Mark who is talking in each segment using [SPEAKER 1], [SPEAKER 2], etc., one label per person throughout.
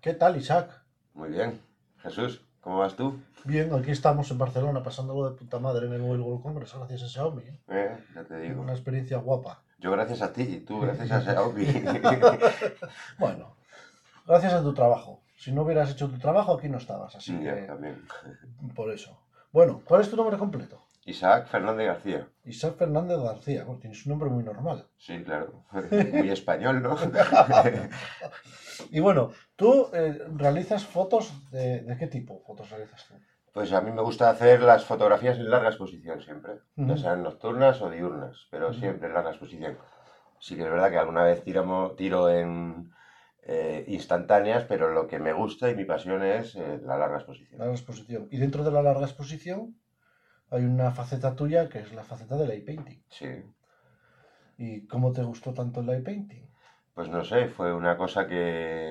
[SPEAKER 1] ¿Qué tal, Isaac?
[SPEAKER 2] Muy bien. Jesús, ¿cómo vas tú?
[SPEAKER 1] Bien, aquí estamos en Barcelona pasándolo de puta madre en el Mobile World Congress, gracias a Xiaomi. ¿eh?
[SPEAKER 2] Eh, ya te digo.
[SPEAKER 1] Una experiencia guapa.
[SPEAKER 2] Yo gracias a ti y tú gracias a Xiaomi.
[SPEAKER 1] Bueno, gracias a tu trabajo. Si no hubieras hecho tu trabajo, aquí no estabas, así
[SPEAKER 2] Sí, ya,
[SPEAKER 1] que
[SPEAKER 2] también.
[SPEAKER 1] por eso. Bueno, ¿cuál es tu nombre completo?
[SPEAKER 2] Isaac Fernández García.
[SPEAKER 1] Isaac Fernández García. Bueno, tienes un nombre muy normal.
[SPEAKER 2] Sí, claro. Muy español, ¿no?
[SPEAKER 1] Y bueno, tú eh, realizas fotos de, de qué tipo? Fotos realizas tú.
[SPEAKER 2] Pues a mí me gusta hacer las fotografías en larga exposición siempre.
[SPEAKER 1] Ujú.
[SPEAKER 2] Ya sean nocturnas o diurnas, pero
[SPEAKER 1] Ujú.
[SPEAKER 2] siempre en larga exposición. Sí que es verdad que alguna vez tiramo- tiro en eh, instantáneas, pero lo que me gusta y mi pasión es eh, la larga exposición.
[SPEAKER 1] larga exposición. Y dentro de la larga exposición hay una faceta tuya que es la faceta del light painting.
[SPEAKER 2] Sí.
[SPEAKER 1] ¿Y cómo te gustó tanto el light painting?
[SPEAKER 2] Pues no sé, fue una cosa que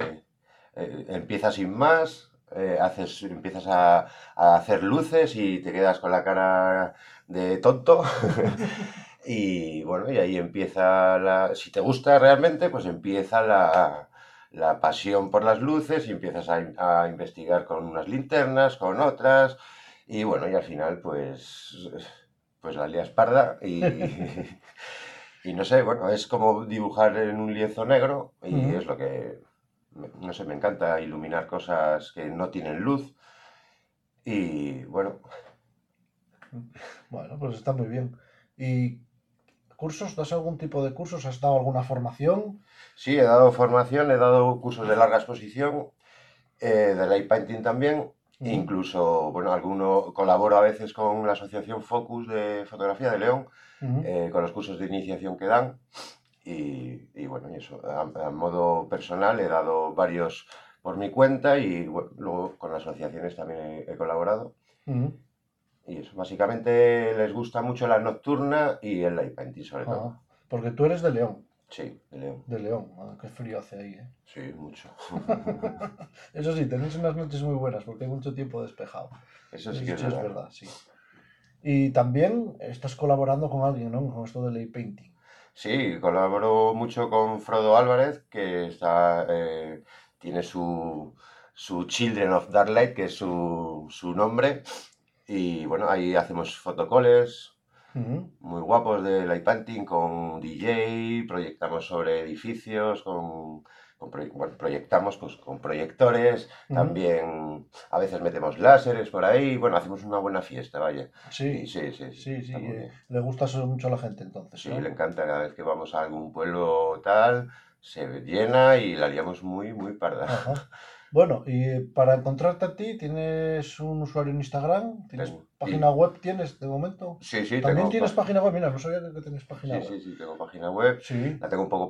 [SPEAKER 2] eh, empiezas sin más, eh, haces, empiezas a, a hacer luces y te quedas con la cara de tonto. Y bueno, y ahí empieza la... Si te gusta realmente, pues empieza la, la pasión por las luces y empiezas a, in- a investigar con unas linternas, con otras. Y bueno, y al final, pues, pues la lías parda y... Y no sé, bueno, es como dibujar en un lienzo negro y
[SPEAKER 1] Ujú.
[SPEAKER 2] es lo que, me- no sé, me encanta iluminar cosas que no tienen luz. Y bueno,
[SPEAKER 1] Bueno, pues está muy bien. ¿Y cursos? ¿Das algún tipo de cursos? ¿Has dado alguna formación?
[SPEAKER 2] sí, he dado formación, he dado cursos de larga exposición, eh, de light painting también. Incluso, bueno, alguno colaboro a veces con la asociación Focus de Fotografía de León,
[SPEAKER 1] Ujú.
[SPEAKER 2] eh, con los cursos de iniciación que dan. Y, y bueno, y eso, a, a modo personal he dado varios por mi cuenta y bueno, luego con las asociaciones también he, he colaborado.
[SPEAKER 1] Ujú.
[SPEAKER 2] Eh, Y eso, básicamente les gusta mucho la nocturna y el light painting
[SPEAKER 1] Ah.
[SPEAKER 2] sobre todo.
[SPEAKER 1] Ajá. Porque tú eres de León,
[SPEAKER 2] Sí, de León.
[SPEAKER 1] de León. Ah, qué frío hace ahí, ¿eh?
[SPEAKER 2] Sí, mucho.
[SPEAKER 1] Eso sí, tenéis unas noches muy buenas porque hay mucho tiempo despejado.
[SPEAKER 2] Eso sí
[SPEAKER 1] Eso
[SPEAKER 2] que es
[SPEAKER 1] sí es
[SPEAKER 2] verdad.
[SPEAKER 1] verdad, sí. Y también estás colaborando con alguien, ¿no? Con esto del light painting.
[SPEAKER 2] Sí, colaboro mucho con Frodo Álvarez, que está, eh, tiene su, su Children of Dark Light, que es su, su nombre. Y bueno, ahí hacemos fotocoles
[SPEAKER 1] Ujú.
[SPEAKER 2] muy guapos de light painting con DJ, proyectamos sobre edificios, con, con proye- bueno, proyectamos pues, con proyectores,
[SPEAKER 1] Ujú.
[SPEAKER 2] también a veces metemos láseres por ahí, bueno, hacemos una buena fiesta, vaya.
[SPEAKER 1] Sí,
[SPEAKER 2] Y sí, sí, sí,
[SPEAKER 1] sí, sí.
[SPEAKER 2] está muy
[SPEAKER 1] eh,
[SPEAKER 2] bien.
[SPEAKER 1] Le gusta eso mucho a la gente entonces,
[SPEAKER 2] Sí,
[SPEAKER 1] ¿no?
[SPEAKER 2] le encanta. Cada vez que vamos a algún pueblo tal, se llena y la liamos muy, muy parda.
[SPEAKER 1] Ajá. Bueno, y eh, para encontrarte a ti, ¿tienes un usuario en Instagram? ¿Tienes
[SPEAKER 2] Tengo-
[SPEAKER 1] página web? ¿Tienes de momento?
[SPEAKER 2] Sí, sí,
[SPEAKER 1] También
[SPEAKER 2] tengo
[SPEAKER 1] tienes
[SPEAKER 2] pa-
[SPEAKER 1] página web. Mira, no sabía que tenías página
[SPEAKER 2] sí,
[SPEAKER 1] web.
[SPEAKER 2] sí, sí, tengo página web.
[SPEAKER 1] Sí.
[SPEAKER 2] La tengo un poco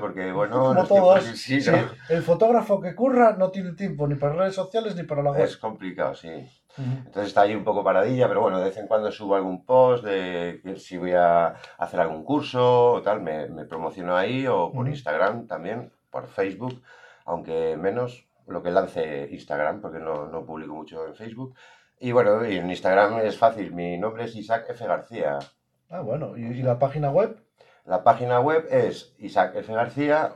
[SPEAKER 2] porque, bueno,
[SPEAKER 1] Como
[SPEAKER 2] los
[SPEAKER 1] todos.
[SPEAKER 2] tiempos- sí,
[SPEAKER 1] sí,
[SPEAKER 2] no,
[SPEAKER 1] El fotógrafo que curra no tiene tiempo ni para redes sociales ni para la web.
[SPEAKER 2] es complicado, sí.
[SPEAKER 1] Ujú.
[SPEAKER 2] Entonces está ahí un poco paradilla, pero bueno, de vez en cuando subo algún post de que si voy a hacer algún curso o tal, me, me promociono ahí o por
[SPEAKER 1] Ujú.
[SPEAKER 2] Instagram también, por Facebook, aunque menos lo que lance Instagram, porque no, no publico mucho en Facebook. Y bueno, y en Instagram es fácil, mi nombre es Isaac F. García.
[SPEAKER 1] Ah, bueno. ¿Y, y la página web?
[SPEAKER 2] La página web es Isaac F. García,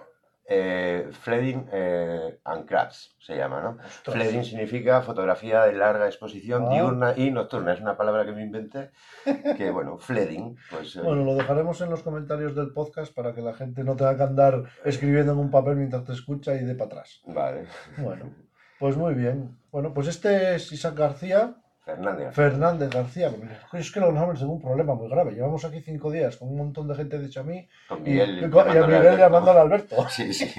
[SPEAKER 2] eh, Fleding eh, and Crafts se llama, ¿no?
[SPEAKER 1] Ostras.
[SPEAKER 2] Fleding significa fotografía de larga exposición
[SPEAKER 1] Ah.
[SPEAKER 2] diurna y nocturna. Es una palabra que me inventé, que bueno, Fleding, pues... eh,
[SPEAKER 1] Bueno, lo dejaremos en los comentarios del podcast para que la gente no tenga que andar escribiendo en un papel mientras te escucha y de para atrás.
[SPEAKER 2] Vale.
[SPEAKER 1] Bueno, pues muy bien. Bueno, pues este es Isaac García.
[SPEAKER 2] Fernández.
[SPEAKER 1] Fernández García, es que los nombres tengo un problema muy grave. Llevamos aquí cinco días con un montón de gente dicho a mí
[SPEAKER 2] Con
[SPEAKER 1] y,
[SPEAKER 2] Miguel.
[SPEAKER 1] y co- y a
[SPEAKER 2] llamándole
[SPEAKER 1] Miguel
[SPEAKER 2] Alberto.
[SPEAKER 1] llamándole a Alberto.
[SPEAKER 2] Sí, sí.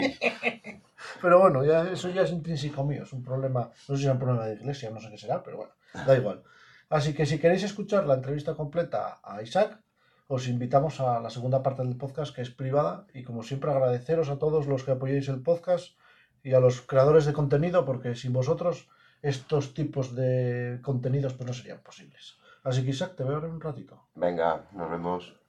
[SPEAKER 1] Pero bueno, ya, eso ya es intrínseco mío, es un problema, no sé si es un problema de iglesia, no sé qué será, pero bueno, da igual. Así que si queréis escuchar la entrevista completa a Isaac, os invitamos a la segunda parte del podcast que es privada y como siempre agradeceros a todos los que apoyáis el podcast y a los creadores de contenido porque sin vosotros estos tipos de contenidos pues no serían posibles. Así que Isaac, te veo en un ratito.
[SPEAKER 2] Venga, nos vemos.